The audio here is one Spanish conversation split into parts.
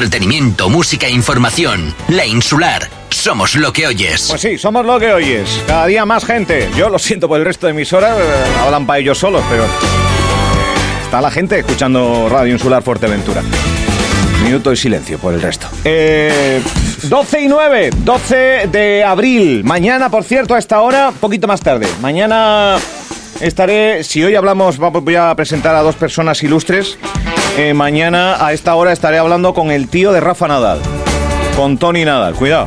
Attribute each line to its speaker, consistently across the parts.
Speaker 1: Entretenimiento, música e información. La Insular. Somos lo que oyes.
Speaker 2: Pues sí, somos lo que oyes. Cada día más gente. Yo lo siento por el resto de emisoras, eh, hablan para ellos solos, pero eh, está la gente escuchando Radio Insular Fuerteventura. Minuto de silencio por el resto. Eh, 12 y 9, 12 de abril. Mañana, por cierto, a esta hora, un poquito más tarde. Mañana estaré, si hoy hablamos, va- voy a presentar a dos personas ilustres. Eh, mañana a esta hora estaré hablando con el tío de Rafa Nadal, con Tony Nadal. Cuidado.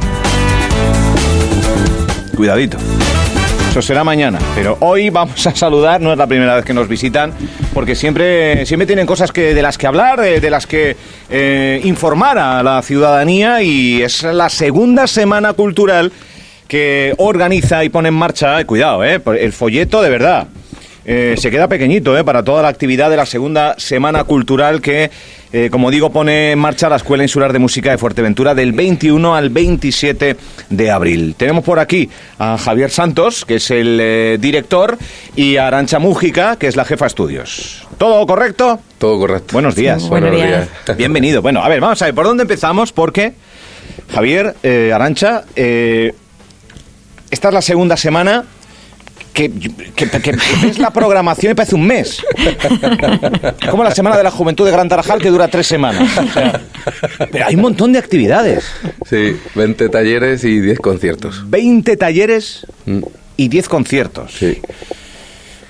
Speaker 2: Cuidadito. Eso será mañana, pero hoy vamos a saludar, no es la primera vez que nos visitan, porque siempre, siempre tienen cosas que, de las que hablar, de, de las que eh, informar a la ciudadanía y es la segunda semana cultural que organiza y pone en marcha, eh, cuidado, eh, por- el folleto de verdad. Eh, se queda pequeñito eh, para toda la actividad de la segunda semana cultural que, eh, como digo, pone en marcha la Escuela Insular de Música de Fuerteventura del 21 al 27 de abril. Tenemos por aquí a Javier Santos, que es el eh, director, y a Arancha Mújica, que es la jefa de estudios. ¿Todo correcto?
Speaker 3: Todo correcto.
Speaker 2: Buenos días.
Speaker 4: Buenos Buenos días.
Speaker 2: Bienvenido. Bueno, a ver, vamos a ver por dónde empezamos, porque Javier, eh, Arancha, eh, esta es la segunda semana que, que, que- que es la programación y parece un mes. Es como la Semana de la Juventud de Gran Tarajal que dura tres semanas. O sea, pero hay un montón de actividades.
Speaker 3: Sí, 20 talleres y 10 conciertos.
Speaker 2: 20 talleres
Speaker 3: Mm,
Speaker 2: y 10 conciertos.
Speaker 3: Sí.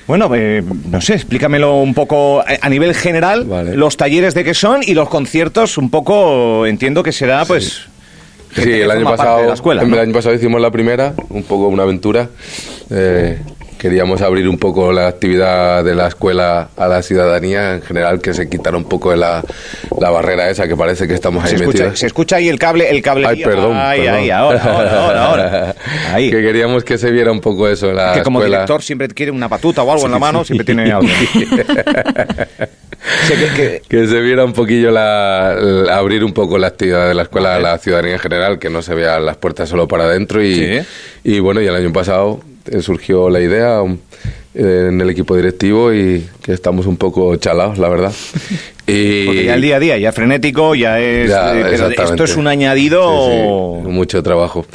Speaker 2: Bueno, eh, no sé, explícamelo un poco eh, a nivel general,
Speaker 3: Vale.
Speaker 2: los talleres de qué son y los conciertos un poco, entiendo que será pues...
Speaker 3: Sí,
Speaker 2: gente que
Speaker 3: el año
Speaker 2: forma parte
Speaker 3: pasado,
Speaker 2: de la escuela,
Speaker 3: el
Speaker 2: ¿no?
Speaker 3: año pasado hicimos la primera, un poco una aventura. Eh, queríamos abrir un poco la actividad de la escuela a la ciudadanía en general, que se quitara un poco de la, la barrera esa que parece que estamos ahí
Speaker 2: Se escucha,
Speaker 3: metidos.
Speaker 2: se escucha ahí el cable, el cable.
Speaker 3: Ay, perdón.
Speaker 2: Ay,
Speaker 3: perdón.
Speaker 2: ay, ahora, ahora, ahora, ahora. Ahí.
Speaker 3: Que
Speaker 2: Que,
Speaker 3: queríamos que se viera un poco eso en la
Speaker 2: como
Speaker 3: escuela.
Speaker 2: director siempre quiere una patuta o algo en la mano, siempre tiene algo. O sea, que- que-
Speaker 3: Que se viera un poquillo la, la- abrir un poco la actividad de la escuela a la ciudadanía en general, que no se vean las puertas solo para adentro. Y,
Speaker 2: Sí.
Speaker 3: y bueno, y el año pasado eh, surgió la idea um, eh, en el equipo directivo y que estamos un poco chalados, la verdad. Y
Speaker 2: porque ya el día a día, ya es frenético, ya es.
Speaker 3: ya,
Speaker 2: eh, pero
Speaker 3: exactamente.
Speaker 2: esto es un
Speaker 3: Sí,
Speaker 2: añadido.
Speaker 3: sí, mucho trabajo.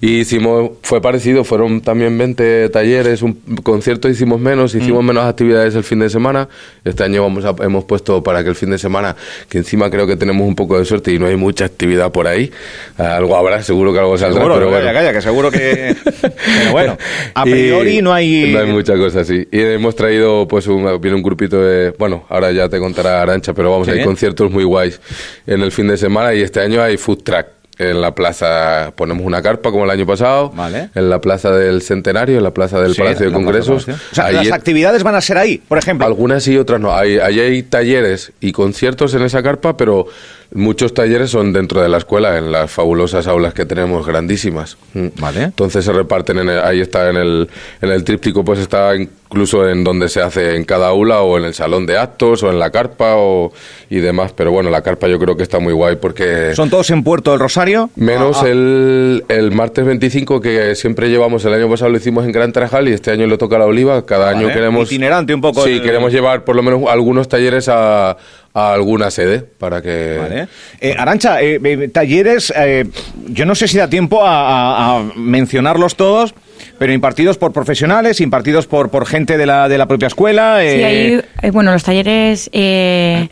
Speaker 3: Y hicimos, fue parecido, fueron también 20 talleres, un concierto hicimos menos, hicimos menos actividades el fin de semana. Este año vamos a- hemos puesto para que el fin de semana, que encima creo que tenemos un poco de suerte y no hay mucha actividad por ahí, algo habrá, seguro que algo saldrá,
Speaker 2: Seguro,
Speaker 3: pero
Speaker 2: calla,
Speaker 3: bueno.
Speaker 2: calla, que seguro que. Pero bueno, a
Speaker 3: Y
Speaker 2: priori no hay.
Speaker 3: No hay mucha cosa, sí. Y hemos traído, pues, un, viene un grupito de. Bueno, ahora ya te contará Arancha, pero vamos,
Speaker 2: Sí.
Speaker 3: hay conciertos muy guays en el fin de semana y este año hay food track. En la plaza ponemos una carpa como el año pasado,
Speaker 2: Vale.
Speaker 3: en la plaza del Centenario, en la plaza del
Speaker 2: Sí,
Speaker 3: Palacio de
Speaker 2: la- la- la-
Speaker 3: Congresos.
Speaker 2: O sea,
Speaker 3: Ahí
Speaker 2: las
Speaker 3: en-
Speaker 2: actividades van a ser ahí, por ejemplo.
Speaker 3: algunas sí, otras no. Hay, ahí hay talleres y conciertos en esa carpa, pero muchos talleres son dentro de la escuela, en las fabulosas aulas que tenemos, grandísimas. Mm.
Speaker 2: Vale.
Speaker 3: Entonces se reparten, en el- ahí está en el, en el tríptico, pues está incluso en donde se hace en cada aula o en el salón de actos o en la carpa o, y demás. Pero bueno, la carpa yo creo que está muy guay porque...
Speaker 2: Son Ah, todos en Puerto del Rosario.
Speaker 3: Menos el, el martes 25 que siempre llevamos, el año pasado lo hicimos en Gran Tarajal y este año le toca a la Oliva. Cada
Speaker 2: Vale.
Speaker 3: año queremos...
Speaker 2: Itinerante un poco
Speaker 3: Sí,
Speaker 2: el-
Speaker 3: queremos llevar por lo menos algunos talleres a, a alguna sede para que...
Speaker 2: Vale. Eh, Arancha, eh, eh, talleres, eh, yo no sé si da tiempo a, a- a mencionarlos todos, pero impartidos por profesionales, impartidos por, por gente de la, de la propia escuela.
Speaker 4: Sí,
Speaker 2: eh,
Speaker 4: hay, eh, bueno, los talleres, eh,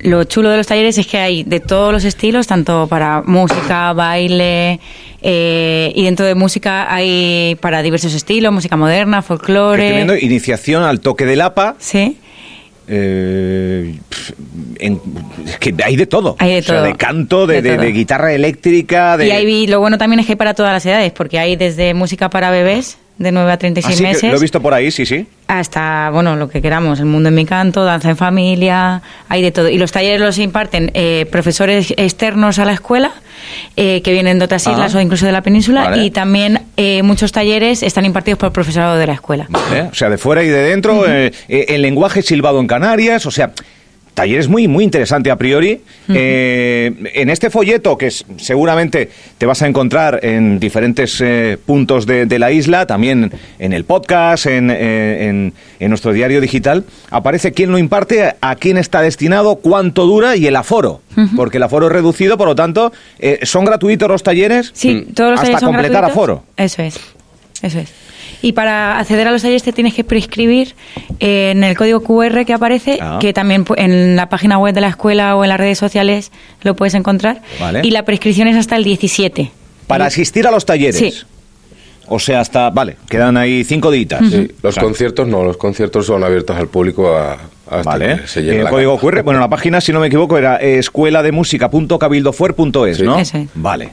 Speaker 4: lo chulo de los talleres es que hay de todos los estilos, tanto para música, baile, eh, y dentro de música hay para diversos estilos, música moderna,
Speaker 2: estoy viendo
Speaker 4: folclore.
Speaker 2: iniciación al toque del APA.
Speaker 4: Sí,
Speaker 2: eh, pf, en- es que hay de todo.
Speaker 4: Hay de
Speaker 2: O sea,
Speaker 4: todo.
Speaker 2: de canto, de,
Speaker 4: De
Speaker 2: de- de
Speaker 4: todo.
Speaker 2: guitarra eléctrica. De...
Speaker 4: y ahí lo bueno también es que hay para todas las edades, porque hay desde música para bebés de 9 a
Speaker 2: Así
Speaker 4: 36
Speaker 2: Ah, que
Speaker 4: meses.
Speaker 2: lo he visto por ahí, sí, sí.
Speaker 4: hasta, bueno, lo que queramos, el mundo en mi canto, danza en familia, hay de todo. Y los talleres los imparten eh, profesores externos a la escuela, eh, que vienen de otras
Speaker 2: Ah.
Speaker 4: islas o incluso de la península,
Speaker 2: Vale.
Speaker 4: y también eh, muchos talleres están impartidos por profesorado de la escuela.
Speaker 2: Vale, O sea, de fuera y de dentro, eh, eh, el lenguaje silbado en Canarias, o sea, Talleres muy, muy interesante a priori. Eh, en este folleto, que es- seguramente te vas a encontrar en diferentes eh, puntos de, de la isla, también en el podcast, en, eh, en- en nuestro diario digital, aparece quién lo imparte, a quién está destinado, cuánto dura y el aforo. Porque el aforo es reducido, por lo tanto, eh, ¿son gratuitos los talleres?
Speaker 4: Sí, todos los
Speaker 2: Mm. Hasta
Speaker 4: talleres son
Speaker 2: completar
Speaker 4: gratuitos.
Speaker 2: aforo.
Speaker 4: Eso es, eso es. Y para acceder a los talleres te tienes que prescribir eh, en el código QR que aparece,
Speaker 2: Ah.
Speaker 4: que también pu- en la página web de la escuela o en las redes sociales lo puedes encontrar.
Speaker 2: Vale.
Speaker 4: Y la prescripción es hasta el 17.
Speaker 2: Para asistir a los talleres.
Speaker 4: Sí.
Speaker 2: O sea, hasta, vale, quedan ahí cinco ditas.
Speaker 3: Sí, los
Speaker 2: Claro.
Speaker 3: conciertos no, los conciertos son abiertos al público a, hasta
Speaker 2: Vale.
Speaker 3: que se llene
Speaker 2: Eh,
Speaker 3: la
Speaker 2: código
Speaker 3: caja.
Speaker 2: QR, bueno, la página, si no me equivoco, era eh, escuelademusica.cabildofuer.es,
Speaker 3: Sí.
Speaker 2: ¿no?
Speaker 4: Eso es.
Speaker 2: Vale.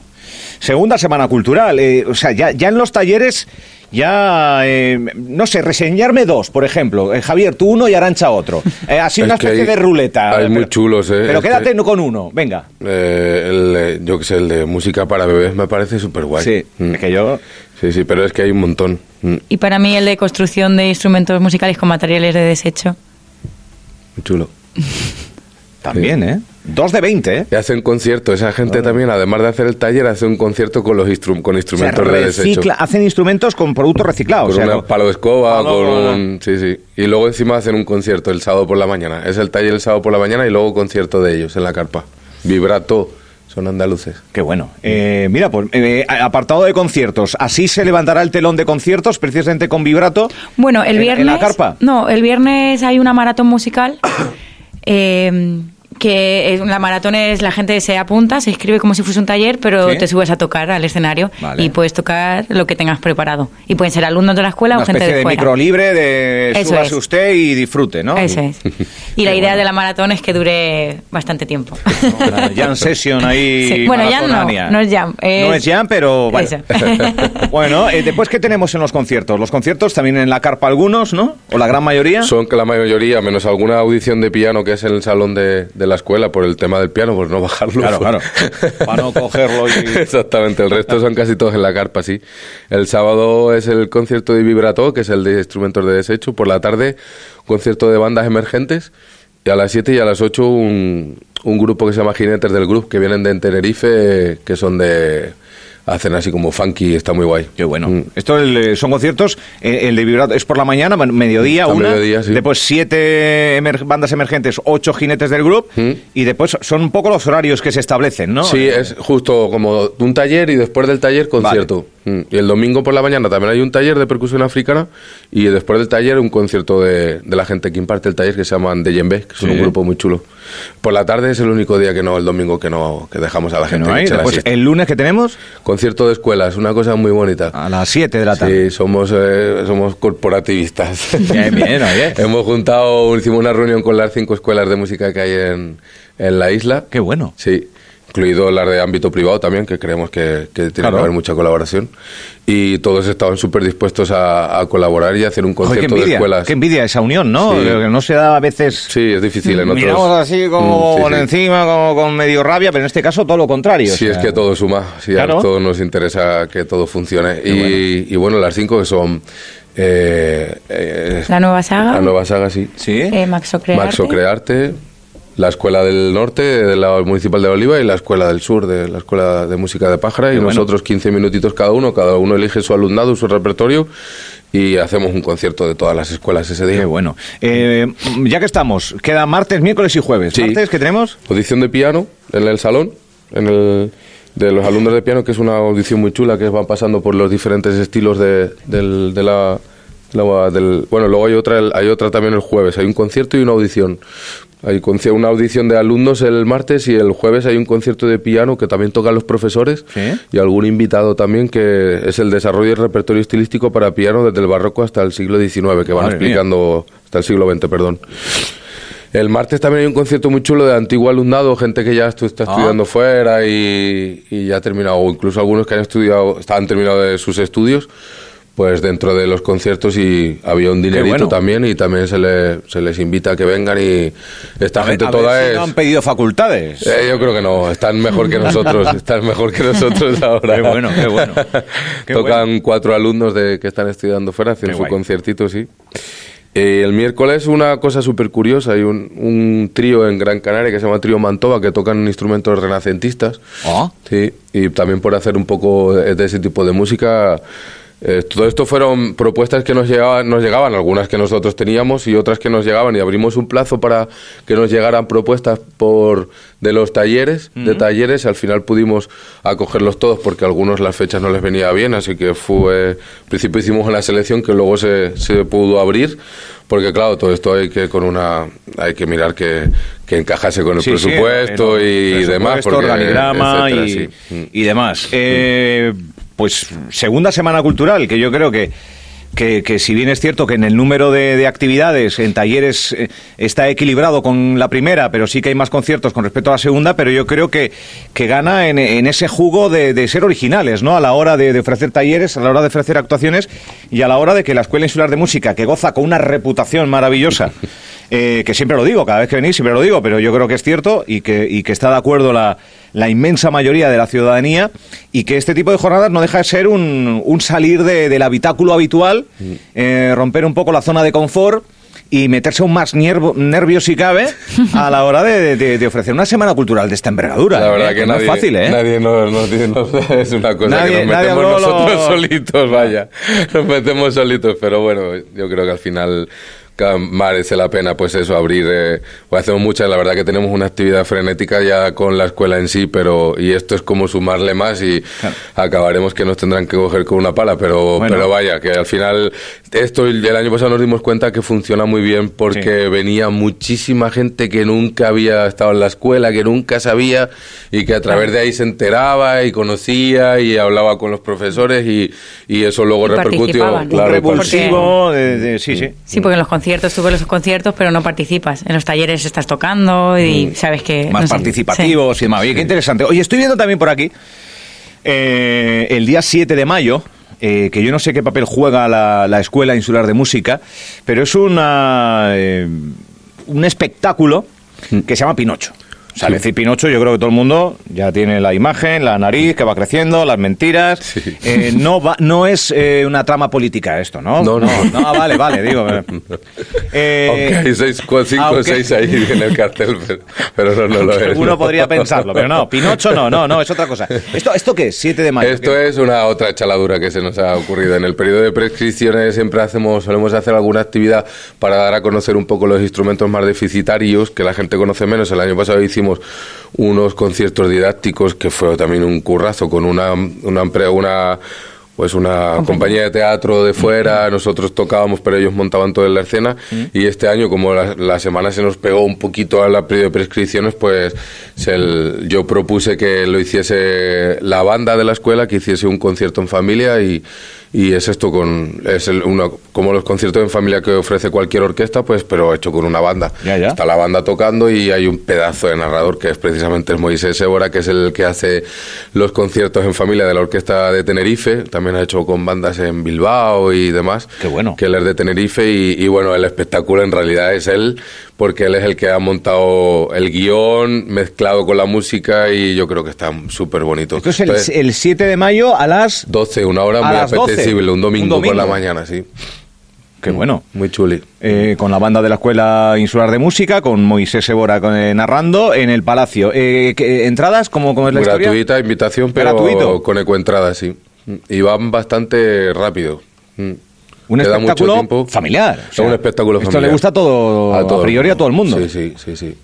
Speaker 2: Segunda semana cultural, eh, o sea, ya, ya en los talleres, ya, eh, no sé, reseñarme dos, por ejemplo. Eh, Javier, tú uno y Arancha otro. Eh, así
Speaker 3: Es
Speaker 2: una
Speaker 3: que
Speaker 2: especie
Speaker 3: hay-
Speaker 2: de ruleta.
Speaker 3: hay
Speaker 2: Eh,
Speaker 3: muy
Speaker 2: pero-
Speaker 3: chulos, eh,
Speaker 2: Pero
Speaker 3: es que-
Speaker 2: quédate con uno, venga.
Speaker 3: Eh, el, eh, yo que sé, el de música para bebés me parece súper guay. Mm.
Speaker 2: Sí, es que yo...
Speaker 3: Sí, sí, pero es que hay un montón. Mm,
Speaker 4: Y para mí el de construcción de instrumentos musicales con materiales de desecho.
Speaker 3: chulo.
Speaker 2: También, ¿eh? Dos de 20, ¿eh?
Speaker 3: Y hacen concierto, esa gente también, además de hacer el taller, hace un concierto con los instru- con
Speaker 2: Ah. O sea,
Speaker 3: instrumentos de desecho.
Speaker 2: recicla- hacen instrumentos con productos reciclados.
Speaker 3: Con
Speaker 2: o sea, Ah,
Speaker 3: una
Speaker 2: con-
Speaker 3: palo de escoba,
Speaker 2: Palo,
Speaker 3: con
Speaker 2: palo.
Speaker 3: un... Sí, sí. Y luego encima hacen un concierto el sábado por la mañana. Es el taller el sábado por la mañana y luego concierto de ellos en la carpa. Vibrato, son andaluces.
Speaker 2: Qué bueno. Eh, mira, pues eh, a- apartado de conciertos. Así se levantará el telón de conciertos, precisamente con vibrato.
Speaker 4: Bueno,
Speaker 2: ¿En-
Speaker 4: el viernes.
Speaker 2: ¿En la carpa?
Speaker 4: No, el viernes hay una maratón musical. eh, que es- la maratón es la gente se apunta, se inscribe como si fuese un taller, pero
Speaker 2: Sí.
Speaker 4: te subes a tocar al escenario
Speaker 2: Vale.
Speaker 4: y puedes tocar lo que tengas preparado. Y pueden ser alumnos de la escuela
Speaker 2: Una
Speaker 4: o gente
Speaker 2: especie
Speaker 4: de,
Speaker 2: de,
Speaker 4: fuera.
Speaker 2: micro libre de
Speaker 4: Eso
Speaker 2: súbase
Speaker 4: es.
Speaker 2: usted y disfrute, ¿no?
Speaker 4: Eso es. Y la idea de la maratón es que dure bastante tiempo.
Speaker 2: Una Jam session ahí.
Speaker 4: Sí. Bueno, jam no,
Speaker 2: maratonania.
Speaker 4: no es jam, es-
Speaker 2: No es jam, pero bueno.
Speaker 4: Eso.
Speaker 2: bueno, eh, después, ¿qué tenemos en los conciertos? Los conciertos también en la carpa algunos, ¿no? O la gran mayoría.
Speaker 3: Son que la mayoría, menos alguna audición de piano que es en el salón de, de la escuela por el tema del piano, por no bajarlo.
Speaker 2: Claro, claro. Para no cogerlo y-
Speaker 3: Exactamente, el resto son casi todos en la carpa, sí. El sábado es el concierto de vibrato, que es el de instrumentos de desecho. Por la tarde, concierto de bandas emergentes. Y a las 7 y a las 8 un, un grupo que se llama Jinetes del Group, que vienen de Tenerife, que son de... Hacen así como funky, está muy guay.
Speaker 2: Qué bueno.
Speaker 3: Mm.
Speaker 2: Esto el, eh, son conciertos, eh, el de vibrato es por la mañana, man- mediodía,
Speaker 3: A
Speaker 2: una,
Speaker 3: mediodía, sí.
Speaker 2: después siete emer- bandas emergentes, ocho jinetes del grupo,
Speaker 3: Mm.
Speaker 2: y después son un poco los horarios que se establecen, ¿no?
Speaker 3: Sí,
Speaker 2: Eh,
Speaker 3: es justo como un taller y después del taller concierto. Mm, Y el domingo por la mañana también hay un taller de percusión africana y después del taller un concierto de, de la gente que imparte el taller que se llaman Djembe, que son
Speaker 2: Sí.
Speaker 3: un grupo muy chulo. Por la tarde es el único día que no, el domingo que no, que dejamos a la
Speaker 2: que
Speaker 3: gente.
Speaker 2: no
Speaker 3: que
Speaker 2: hay.
Speaker 3: eche la
Speaker 2: Después,
Speaker 3: siesta.
Speaker 2: el lunes que tenemos,
Speaker 3: Concierto de escuelas, una cosa muy bonita.
Speaker 2: a las 7 de la tarde.
Speaker 3: Sí, somos, eh, somos corporativistas.
Speaker 2: Bien, bien, oye.
Speaker 3: Hemos juntado, hicimos una reunión con las cinco escuelas de música que hay en, en la isla.
Speaker 2: Qué bueno.
Speaker 3: Sí, incluido las de ámbito privado también, que creemos que, que tiene
Speaker 2: Claro.
Speaker 3: que haber mucha colaboración. Y todos estaban súper dispuestos a, a colaborar y hacer un
Speaker 2: Joder, qué
Speaker 3: concierto de
Speaker 2: envidia,
Speaker 3: escuelas.
Speaker 2: qué envidia esa unión, ¿no?
Speaker 3: Sí.
Speaker 2: Lo Que no se da a veces.
Speaker 3: Sí, es difícil en otros.
Speaker 2: Miramos así como
Speaker 3: Mm, sí,
Speaker 2: por
Speaker 3: sí.
Speaker 2: encima, como con medio rabia, pero en este caso todo lo contrario. o
Speaker 3: Sí,
Speaker 2: sea.
Speaker 3: es que todo suma, sí,
Speaker 2: Claro.
Speaker 3: a todos nos interesa que todo funcione. Y y bueno, las cinco que son... eh, eh,
Speaker 4: la nueva saga.
Speaker 3: la nueva saga, sí.
Speaker 2: Sí.
Speaker 4: eh, Maxo Crearte.
Speaker 3: Maxo Crearte, la Escuela del Norte de la Municipal de Oliva y la Escuela del Sur de la Escuela de Música de Pájara. Y
Speaker 2: Qué bueno.
Speaker 3: nosotros 15 minutitos cada uno, cada uno elige su alumnado, su repertorio y hacemos un concierto de todas las escuelas ese día.
Speaker 2: Qué bueno. Eh, ya que estamos, queda martes, miércoles y jueves.
Speaker 3: Sí.
Speaker 2: ¿Martes que tenemos?
Speaker 3: Audición de piano en el salón, en el de los alumnos de piano, que es una audición muy chula que van pasando por los diferentes estilos de, del- de la, la- del- bueno luego hay otra el- hay otra también el jueves hay un concierto y una audición hay conci- una audición de alumnos el martes y el jueves hay un concierto de piano que también tocan los profesores
Speaker 2: Sí.
Speaker 3: y algún invitado también que es el desarrollo del repertorio estilístico para piano desde el barroco hasta el siglo XIX que
Speaker 2: Madre
Speaker 3: van
Speaker 2: mía.
Speaker 3: explicando hasta el siglo XX perdón el martes también hay un concierto muy chulo de antiguo alumnado, gente que ya estu- está
Speaker 2: Ah.
Speaker 3: estudiando fuera y, y ya ha terminado, o incluso algunos que han estudiado, está- han terminado de sus estudios, pues dentro de los conciertos y había un dinerito
Speaker 2: bueno.
Speaker 3: también y también se, le- se les invita a que vengan y esta
Speaker 2: A ver-
Speaker 3: gente
Speaker 2: a ver
Speaker 3: toda
Speaker 2: si
Speaker 3: es...
Speaker 2: no han pedido facultades.
Speaker 3: Eh, yo creo que no, están mejor que nosotros, están mejor que nosotros ahora.
Speaker 2: Qué bueno, qué bueno. Qué
Speaker 3: Tocan cuatro alumnos de, que están estudiando fuera,
Speaker 2: Qué
Speaker 3: hacen su
Speaker 2: guay.
Speaker 3: conciertito, sí. Eh, el miércoles una cosa súper curiosa, hay un, un trío en Gran Canaria que se llama Trío Mantova, que tocan instrumentos renacentistas.
Speaker 2: ¿Ah?
Speaker 1: Oh.
Speaker 3: Sí, y también por hacer un poco de de ese tipo de música. eh, todo esto fueron propuestas que nos llegaban, nos llegaban, algunas que nosotros teníamos y otras que nos llegaban, y abrimos un plazo para que nos llegaran propuestas por de los talleres, de talleres, y al final pudimos acogerlos todos porque a algunos las fechas no les venía bien, así que fue, al principio hicimos una selección que luego se, se pudo abrir, porque claro, todo esto hay que con una, hay que mirar que, que encajase con el
Speaker 2: Sí, sí,
Speaker 3: presupuesto
Speaker 2: el- el
Speaker 3: y
Speaker 2: presupuesto,
Speaker 3: demás, porque,
Speaker 2: organigrama
Speaker 3: etcétera,
Speaker 2: y,
Speaker 3: sí. Mm.
Speaker 2: y demás. Eh, pues segunda semana cultural, que yo creo que, que, que si bien es cierto que en el número de, de actividades, en talleres, eh, está equilibrado con la primera, pero sí que hay más conciertos con respecto a la segunda, pero yo creo que, que gana en, en ese jugo de, de ser originales, ¿no? A la hora de, de ofrecer talleres, a la hora de ofrecer actuaciones y a la hora de que la Escuela Insular de Música, que goza con una reputación maravillosa, eh, que siempre lo digo, cada vez que venís siempre lo digo, pero yo creo que es cierto y que, y que está de acuerdo la, la inmensa mayoría de la ciudadanía y que este tipo de jornadas no deja de ser un, un salir de- del habitáculo habitual,
Speaker 3: Mm.
Speaker 2: eh, romper un poco la zona de confort y meterse aún más nervio, nervios si cabe a la hora de, de- de ofrecer una semana cultural de esta envergadura.
Speaker 3: La verdad
Speaker 2: ¿eh?
Speaker 3: que
Speaker 2: no
Speaker 3: nadie,
Speaker 2: es fácil, ¿eh?
Speaker 3: nadie nos, nos dice- nos- es una cosa
Speaker 2: Nadie-
Speaker 3: que nos
Speaker 2: nadie
Speaker 3: metemos
Speaker 2: habló lo-
Speaker 3: nosotros solitos, vaya, nos metemos solitos, pero bueno, yo creo que al final ca- merece la pena pues eso, abrir, eh, pues hacemos muchas, la verdad que tenemos una actividad frenética ya con la escuela en sí, pero y esto es como sumarle más y acabaremos que nos tendrán que coger con una pala, pero,
Speaker 2: Bueno.
Speaker 3: pero vaya, que al final esto el el año pasado nos dimos cuenta que funciona muy bien porque
Speaker 2: Sí.
Speaker 3: que venía muchísima gente que nunca había estado en la escuela, que nunca sabía y que a través de ahí se enteraba y conocía y hablaba con los profesores y, y eso luego
Speaker 4: Y
Speaker 3: repercutió.
Speaker 4: participaban.
Speaker 2: Un
Speaker 3: claro, pues, Mm.
Speaker 2: repulsivo, de- de- sí, sí.
Speaker 4: Sí, porque en los conciertos, tú ves los conciertos, pero no participas. En los talleres estás tocando y sabes que...
Speaker 2: Mm, más
Speaker 4: no sé.
Speaker 2: participativos y demás. Oye, qué interesante. Oye, estoy viendo también por aquí eh, el día 7 de mayo. eh, que yo no sé qué papel juega la, la Escuela Insular de Música, pero es una, eh, un espectáculo que se llama Pinocho. O sea, al
Speaker 3: Mm. Sí.
Speaker 2: decir Pinocho, yo creo que todo el mundo ya tiene la imagen, la nariz que va creciendo, las mentiras.
Speaker 3: Sí.
Speaker 2: Eh, no, va, no es eh, una trama política esto, ¿no?
Speaker 3: No, no.
Speaker 2: No, ah, vale, vale, digo. eh.
Speaker 3: Aunque
Speaker 2: Eh,
Speaker 3: hay seis, cu- cinco o
Speaker 2: aunque-
Speaker 3: seis ahí en el cartel, pero, pero no, no lo es.
Speaker 2: uno
Speaker 3: no.
Speaker 2: podría pensarlo, pero no, Pinocho no, no, no, es otra cosa. ¿Esto, esto qué es? 7 de mayo.
Speaker 3: Esto es una otra chaladura que se nos ha ocurrido. En el periodo de prescripciones siempre hacemos, solemos hacer alguna actividad para dar a conocer un poco los instrumentos más deficitarios que la gente conoce menos. El año pasado hicimos unos conciertos didácticos que fue también un currazo con una una, empre- una pues una compañía de teatro de fuera, nosotros tocábamos, pero ellos montaban toda la escena. Y este año, como la, la semana se nos pegó un poquito a la periodo de prescripciones, pues se el- yo propuse que lo hiciese la banda de la escuela, que hiciese un concierto en familia y, y es esto con es el- una- como los conciertos en familia que ofrece cualquier orquesta, pues pero hecho con una banda.
Speaker 2: Ya, ya.
Speaker 3: Está está la banda tocando y hay un pedazo de narrador que es precisamente el Moisés Évora, que es el que hace los conciertos en familia de la Orquesta de Tenerife. También ha hecho con bandas en Bilbao y demás.
Speaker 2: Qué bueno.
Speaker 3: Que él es de Tenerife y, y bueno, el espectáculo en realidad es él, porque él es el que ha montado el guión mezclado con la música y yo creo que está súper bonito.
Speaker 2: Esto es el,
Speaker 3: Entonces,
Speaker 2: el 7 de mayo a las...
Speaker 3: 12, una hora
Speaker 2: a
Speaker 3: muy
Speaker 2: las 12,
Speaker 3: apetecible, un
Speaker 2: un
Speaker 3: domingo, por la
Speaker 2: domingo.
Speaker 3: mañana, sí.
Speaker 2: Qué
Speaker 3: Mm.
Speaker 2: bueno.
Speaker 3: Muy chuli.
Speaker 2: Eh, con la banda de la Escuela Insular de Música, con Moisés Sebora narrando en el Palacio. Eh, ¿qué- ¿Entradas? ¿Cómo, cómo es la historia?
Speaker 3: Gratuita invitación, pero
Speaker 2: Gratuito.
Speaker 3: con ecoentrada, sí. Y van bastante rápido. Mm.
Speaker 2: Un
Speaker 3: Te da mucho
Speaker 2: espectáculo
Speaker 3: tiempo.
Speaker 2: familiar. o
Speaker 3: Es
Speaker 2: sea,
Speaker 3: un espectáculo
Speaker 2: esto
Speaker 3: familiar.
Speaker 2: le gusta a todo, a, priori a todo el mundo.
Speaker 3: Sí, sí, sí, sí.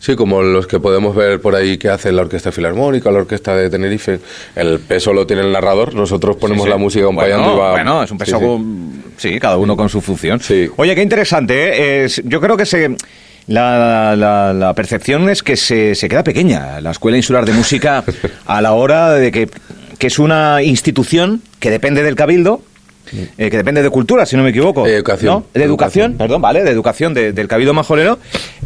Speaker 3: Sí, como los que podemos ver por ahí que hace la Orquesta Filarmónica, la Orquesta de Tenerife. El peso lo tiene el narrador, nosotros ponemos
Speaker 2: Sí, sí.
Speaker 3: la música acompañando
Speaker 2: bueno,
Speaker 3: y va...
Speaker 2: Bueno, es un peso.
Speaker 3: Sí, sí.
Speaker 2: con- Sí, cada uno con su función.
Speaker 3: Sí.
Speaker 2: Oye, qué interesante. ¿eh? Es- yo creo que se. La, la- la percepción es que se, se queda pequeña la Escuela Insular de Música a la hora de que, que es una institución que depende del Cabildo, eh, que depende de cultura, si no me equivoco.
Speaker 3: De educación.
Speaker 2: ¿No? De educación,
Speaker 3: Educación.
Speaker 2: perdón, ¿vale? De educación de- del Cabildo Majolero,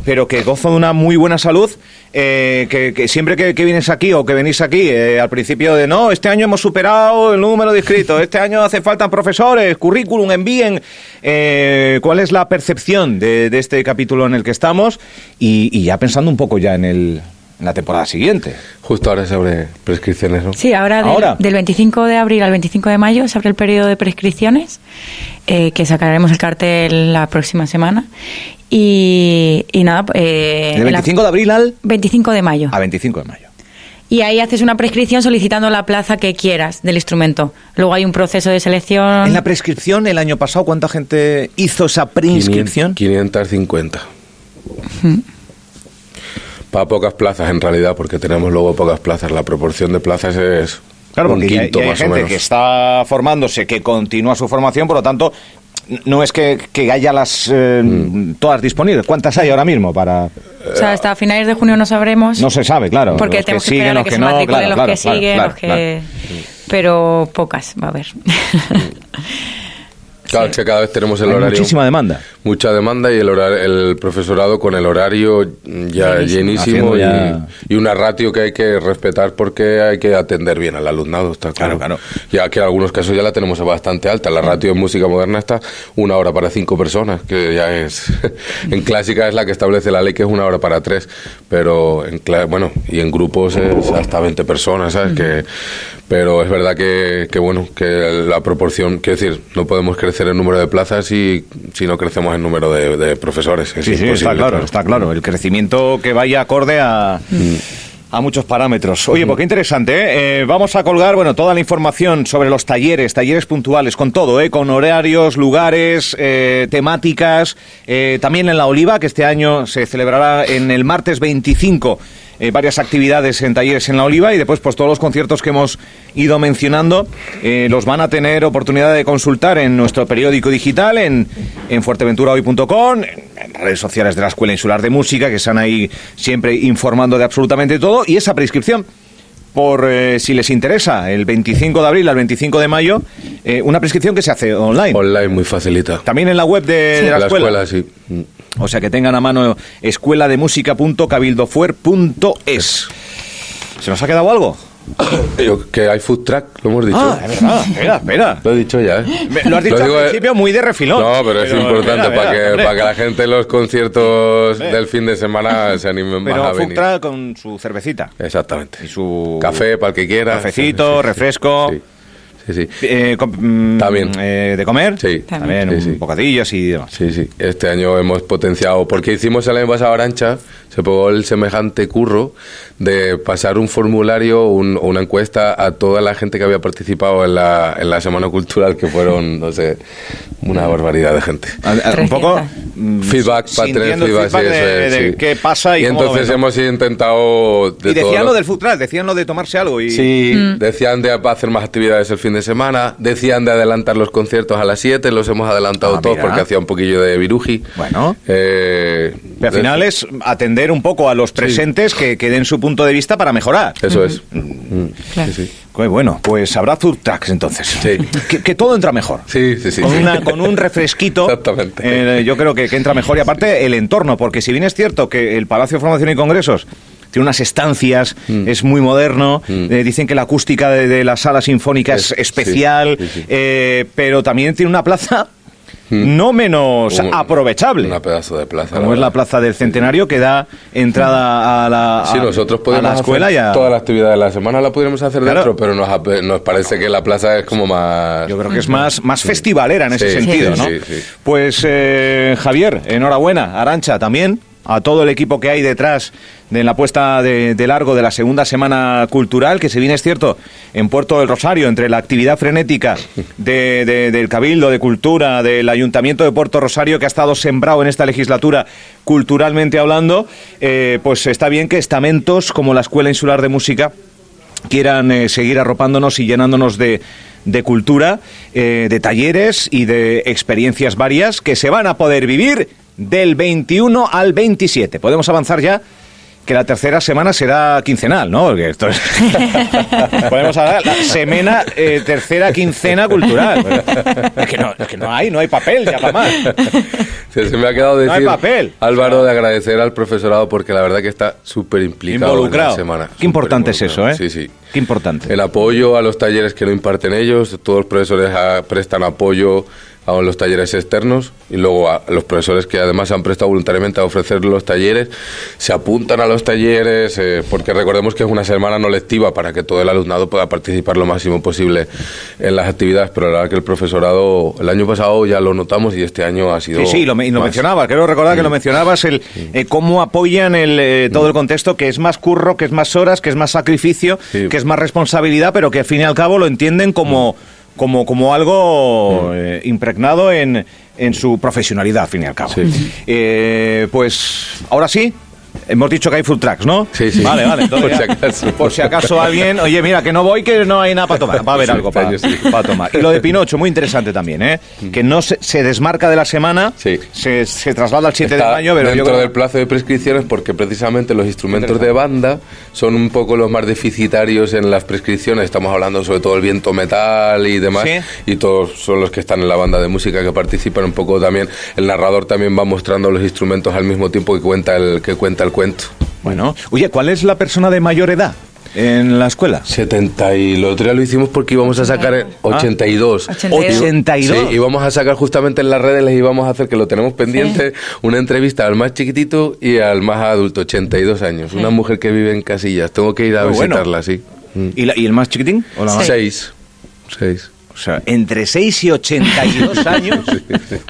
Speaker 2: pero que goza de una muy buena salud, eh, que, que siempre que, que vienes aquí o que venís aquí, eh, al principio de, no, este año hemos superado el número de inscritos, este año hace falta profesores, currículum, envíen. Eh, ¿Cuál es la percepción de, de este capítulo en el que estamos? Y, y ya pensando un poco ya en el, en la temporada siguiente.
Speaker 3: Justo ahora se abre prescripciones, ¿no?
Speaker 4: Sí, ahora, del,
Speaker 2: Ahora.
Speaker 4: del 25 de abril al 25 de mayo se abre el periodo de prescripciones, eh, que sacaremos el cartel la próxima semana. Y, y nada, eh,
Speaker 2: Del
Speaker 4: la-
Speaker 2: 25 de abril al
Speaker 4: 25 de mayo.
Speaker 2: a 25 de mayo.
Speaker 4: Y ahí haces una prescripción solicitando la plaza que quieras del instrumento. Luego hay un proceso de selección.
Speaker 2: En la prescripción el año pasado, ¿cuánta gente hizo esa preinscripción?
Speaker 3: 550. Para pocas plazas, en realidad, porque tenemos luego pocas plazas. La proporción de plazas es
Speaker 2: Claro,
Speaker 3: un
Speaker 2: porque ya-
Speaker 3: quinto,
Speaker 2: ya hay
Speaker 3: más o
Speaker 2: gente
Speaker 3: menos.
Speaker 2: que está formándose, que continúa su formación, por lo tanto, n- no es que, que haya las eh,
Speaker 3: Mm.
Speaker 2: todas disponibles. ¿Cuántas hay ahora mismo para...?
Speaker 4: o sea, hasta finales de junio no sabremos.
Speaker 2: No se sabe, claro.
Speaker 4: Porque
Speaker 2: los
Speaker 4: tenemos que,
Speaker 2: siguen,
Speaker 4: esperar a
Speaker 2: los
Speaker 4: que,
Speaker 2: que
Speaker 4: se
Speaker 2: no,
Speaker 4: matriculen
Speaker 2: claro,
Speaker 4: los
Speaker 2: claro,
Speaker 4: que
Speaker 2: claro,
Speaker 4: siguen,
Speaker 2: claro,
Speaker 4: los que...
Speaker 2: claro.
Speaker 4: Pero pocas va a haber.
Speaker 3: Claro, es que cada vez tenemos el
Speaker 2: Hay
Speaker 3: horario.
Speaker 2: muchísima demanda.
Speaker 3: Mucha demanda y el, horar- el profesorado con el horario ya
Speaker 2: Haciendo
Speaker 3: llenísimo y,
Speaker 2: ya-
Speaker 3: y una ratio que hay que respetar porque hay que atender bien al alumnado, está claro.
Speaker 2: Claro, claro.
Speaker 3: Ya que en algunos casos ya la tenemos bastante alta. La ratio en música moderna está una hora para cinco personas, que ya es. en clásica es la que establece la ley, que es una hora para tres. Pero, en cla- bueno, y en grupos es hasta 20 personas, ¿sabes? que, pero es verdad que, que, bueno, que la proporción. Quiero decir, no podemos crecer en número de plazas si, si no crecemos en número de, de profesores. Es
Speaker 2: Sí, sí,
Speaker 3: imposible,
Speaker 2: está claro,
Speaker 3: claro. Mm.
Speaker 2: está claro. El crecimiento que vaya acorde a, a muchos parámetros. Oye, pues qué interesante, ¿eh? Eh, Vamos a colgar, bueno, toda la información sobre los talleres, talleres puntuales, con todo, ¿eh? Con horarios, lugares, eh, temáticas. eh, también en La Oliva, que este año se celebrará en el martes 25. eh, varias actividades en talleres en la Oliva y después pues todos los conciertos que hemos ido mencionando eh, los van a tener oportunidad de consultar en nuestro periódico digital en, en fuerteventurahoy.com en redes sociales de la Escuela Insular de Música que están ahí siempre informando de absolutamente todo y esa prescripción por eh, si les interesa el 25 de abril al 25 de mayo eh, una prescripción que se hace online
Speaker 3: Online muy facilita.
Speaker 2: también en la web de, de la, escuela.
Speaker 3: sí.
Speaker 2: O sea que tengan a mano escuelademusica.cabildofuer.es. ¿Se nos ha quedado algo?
Speaker 3: Yo- que hay food track, lo hemos dicho.
Speaker 2: Ah, es verdad. Espera, espera.
Speaker 3: Lo he dicho ya, ¿eh?
Speaker 2: Me- Lo has dicho
Speaker 3: digo,
Speaker 2: al
Speaker 3: eh,
Speaker 2: principio muy de refilón.
Speaker 3: No, pero es importante
Speaker 2: espera,
Speaker 3: para,
Speaker 2: espera,
Speaker 3: que,
Speaker 2: hombre.
Speaker 3: para que la gente en los conciertos del fin de semana se animen más a
Speaker 2: Pero
Speaker 3: venir.
Speaker 2: Fuctra con su cervecita.
Speaker 3: Exactamente.
Speaker 2: Y su...
Speaker 3: Café para el que quiera.
Speaker 2: Cafecito, refresco.
Speaker 3: Sí, sí. sí.
Speaker 2: Eh, com- mm,
Speaker 3: También.
Speaker 2: eh, ¿De comer?
Speaker 3: Sí.
Speaker 2: También,
Speaker 3: Sí, sí.
Speaker 2: un- bocadillos y demás.
Speaker 3: Sí, sí. Este año hemos potenciado, porque hicimos el año pasado Arancha, se pegó el semejante curro de pasar un formulario, un- una encuesta a toda la gente que había participado en la, en la Semana Cultural, que fueron, no sé, una barbaridad de gente.
Speaker 2: A- a- Un
Speaker 4: 300.
Speaker 2: poco... mm,
Speaker 3: Feedback, para tener
Speaker 2: sintiendo el
Speaker 3: feedback, sí,
Speaker 2: feedback de,
Speaker 3: eso es,
Speaker 2: de
Speaker 3: sí.
Speaker 2: qué pasa y,
Speaker 3: Y
Speaker 2: cómo lo ven,
Speaker 3: entonces
Speaker 2: ¿no?
Speaker 3: hemos intentado... de
Speaker 2: Y
Speaker 3: todo
Speaker 2: decían
Speaker 3: lo-
Speaker 2: lo del food truck, decían lo de tomarse algo y...
Speaker 3: Sí,
Speaker 2: Mm.
Speaker 3: decían de hacer más actividades el fin de semana, decían de adelantar los conciertos a las 7, los hemos adelantado
Speaker 2: Ah,
Speaker 3: todos
Speaker 2: mira.
Speaker 3: porque hacía un poquillo de viruji.
Speaker 2: Bueno.
Speaker 3: Eh,
Speaker 2: Pero al
Speaker 3: de-
Speaker 2: final es atender un poco a los presentes que, que den su punto de vista para mejorar.
Speaker 3: Eso es.
Speaker 2: Mm.
Speaker 3: Mm.
Speaker 4: Claro.
Speaker 3: Sí, sí.
Speaker 2: Qué bueno, pues habrá food trucks entonces.
Speaker 3: Sí.
Speaker 2: Que, que todo entra mejor.
Speaker 3: Sí, sí, sí.
Speaker 2: Con,
Speaker 3: sí.
Speaker 2: una- con un refresquito,
Speaker 3: Exactamente.
Speaker 2: eh, yo creo que, que entra mejor. Y aparte, el entorno, porque si bien es cierto que el Palacio de Formación y Congresos tiene unas estancias,
Speaker 3: Mm.
Speaker 2: es muy moderno, eh, dicen que la acústica de, de la sala sinfónica es,
Speaker 3: Es- sí,
Speaker 2: especial,
Speaker 3: sí, sí.
Speaker 2: eh, pero también tiene una plaza no menos
Speaker 3: Un-
Speaker 2: aprovechable.
Speaker 3: Una pedazo de plaza.
Speaker 2: Como es la
Speaker 3: verdad.
Speaker 2: plaza del Centenario que da entrada a la, a-
Speaker 3: Sí, nosotros
Speaker 2: a
Speaker 3: podemos
Speaker 2: la escuela
Speaker 3: hacer
Speaker 2: y a-
Speaker 3: toda la actividad de la semana la pudiéramos hacer
Speaker 2: Claro.
Speaker 3: dentro, pero nos, ape- nos parece que la plaza es como más...
Speaker 2: Yo creo que es más, más festivalera en ese
Speaker 3: Sí,
Speaker 2: sentido,
Speaker 3: sí,
Speaker 2: ¿no?
Speaker 3: sí, sí.
Speaker 2: Pues eh, Javier, enhorabuena. Arancha también. A todo el equipo que hay detrás de la puesta de, de largo de la segunda semana cultural, que si bien es cierto, en Puerto del Rosario, entre la actividad frenética de- de- del Cabildo de Cultura, del Ayuntamiento de Puerto Rosario, que ha estado sembrado en esta legislatura culturalmente hablando, eh, pues está bien que estamentos como la Escuela Insular de Música quieran eh, seguir arropándonos y llenándonos de, de cultura, eh, de talleres y de experiencias varias que se van a poder vivir del 21 al 27. Podemos avanzar ya que la tercera semana será quincenal, ¿no? Porque esto es... Podemos hablar la semana, eh, tercera quincena cultural. Es que, no, es que no hay, no hay papel ya para más.
Speaker 3: Se, se me ha quedado decir,
Speaker 2: No hay papel.
Speaker 3: Álvaro, de agradecer al profesorado porque la verdad que está súper implicado en
Speaker 2: Involucrado.
Speaker 3: la semana.
Speaker 2: Qué importante es eso,
Speaker 3: Superinvolucrado.
Speaker 2: ¿eh?
Speaker 3: Sí, sí.
Speaker 2: Qué importante.
Speaker 3: El apoyo a los talleres que lo imparten ellos, todos los profesores ah, prestan apoyo, a los talleres externos y luego a los profesores que además se han prestado voluntariamente a ofrecer los talleres, se apuntan a los talleres, eh, porque recordemos que es una semana no lectiva para que todo el alumnado pueda participar lo máximo posible en las actividades, pero la verdad que el profesorado el año pasado ya lo notamos y este año ha sido...
Speaker 2: Sí, sí, lo, me- lo
Speaker 3: más. Mm.
Speaker 2: mencionaba, creo recordar que lo mencionabas, el eh, cómo apoyan el, eh, todo el contexto, que es más curro, que es más horas, que es más sacrificio,
Speaker 3: Sí.
Speaker 2: que es más responsabilidad, pero que al fin y al cabo lo entienden como,
Speaker 3: Mm.
Speaker 2: como, como algo eh, impregnado en, en su profesionalidad, al fin y al cabo.
Speaker 3: Sí.
Speaker 2: Eh, pues ahora sí. Hemos dicho que hay full tracks, ¿no?
Speaker 3: Sí, sí.
Speaker 2: Vale, vale. entonces
Speaker 3: Por si
Speaker 2: ya-
Speaker 3: acaso.
Speaker 2: Por si acaso alguien, oye, mira, que no voy, que no hay nada para tomar. Va a haber
Speaker 3: Sí,
Speaker 2: algo para
Speaker 3: yo sí.
Speaker 2: tomar. Y lo de Pinocho, muy interesante también, ¿eh? Que no se, se desmarca de la semana,
Speaker 3: Sí.
Speaker 2: se, se traslada al 7
Speaker 3: Está
Speaker 2: de mayo, pero yo
Speaker 3: dentro
Speaker 2: creo-
Speaker 3: del plazo de prescripciones porque precisamente los instrumentos de banda son un poco los más deficitarios en las prescripciones. Estamos hablando sobre todo el viento metal y demás.
Speaker 2: Sí.
Speaker 3: Y todos son los que están en la banda de música que participan un poco también. El narrador también va mostrando los instrumentos al mismo tiempo que cuenta el, que cuenta el cuento.
Speaker 2: Bueno, oye, ¿cuál es la persona de mayor edad en la escuela?
Speaker 3: 70 y lo otro día lo hicimos porque íbamos a sacar
Speaker 2: Ah.
Speaker 3: en 82.
Speaker 4: 82.
Speaker 2: 82.
Speaker 3: Sí, íbamos a sacar justamente en las redes, les íbamos a hacer que lo tenemos pendiente, una entrevista al más chiquitito y al más adulto, 82 años. Una mujer que vive en casillas. Tengo que ir a
Speaker 2: Muy bueno.
Speaker 3: visitarla, sí. Mm.
Speaker 2: ¿Y, la- y el más chiquitín? ¿O la más?
Speaker 3: Seis. Seis.
Speaker 2: O sea, entre 6 y 82 años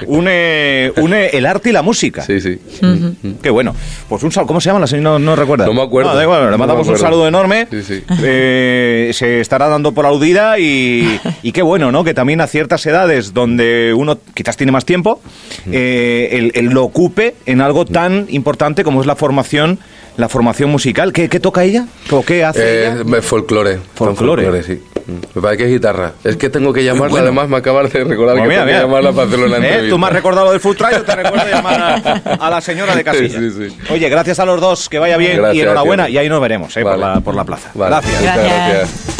Speaker 2: une, une el arte y la música.
Speaker 3: Sí, sí. Eh,
Speaker 2: Qué bueno. Pues un saludo. ¿Cómo se llama la señora? No, no recuerda.
Speaker 3: No me acuerdo.
Speaker 2: da igual, le
Speaker 3: No me
Speaker 2: mandamos un
Speaker 3: acuerdo.
Speaker 2: saludo enorme.
Speaker 3: Sí, sí.
Speaker 2: Eh, se estará dando por aludida y, y qué bueno, ¿no? Que también a ciertas edades donde uno quizás tiene más tiempo, eh, el, el lo ocupe en algo tan importante como es la formación, la formación musical. ¿Qué, qué toca ella? ¿O qué hace
Speaker 3: Eh,
Speaker 2: ella?
Speaker 3: me- folclore.
Speaker 2: Folclore.
Speaker 3: sí. Mm. Me parece que es guitarra. Es que tengo que llamarla, además me acabas de recordar
Speaker 2: Pues
Speaker 3: que
Speaker 2: mira,
Speaker 3: tengo
Speaker 2: mira.
Speaker 3: que llamarla para hacerlo en la
Speaker 2: ¿Eh?
Speaker 3: entrevista.
Speaker 2: Tú me has recordado lo del food truck, yo te recuerdo llamar a, a la señora de Casillas.
Speaker 3: Sí, sí.
Speaker 2: Oye, gracias a los dos, que vaya bien
Speaker 3: Gracias,
Speaker 2: y enhorabuena.
Speaker 3: tío.
Speaker 2: Y ahí nos veremos eh, por,
Speaker 3: Vale.
Speaker 2: la, por la plaza.
Speaker 3: Vale,
Speaker 2: Gracias.
Speaker 3: muchas
Speaker 4: Gracias.
Speaker 3: gracias.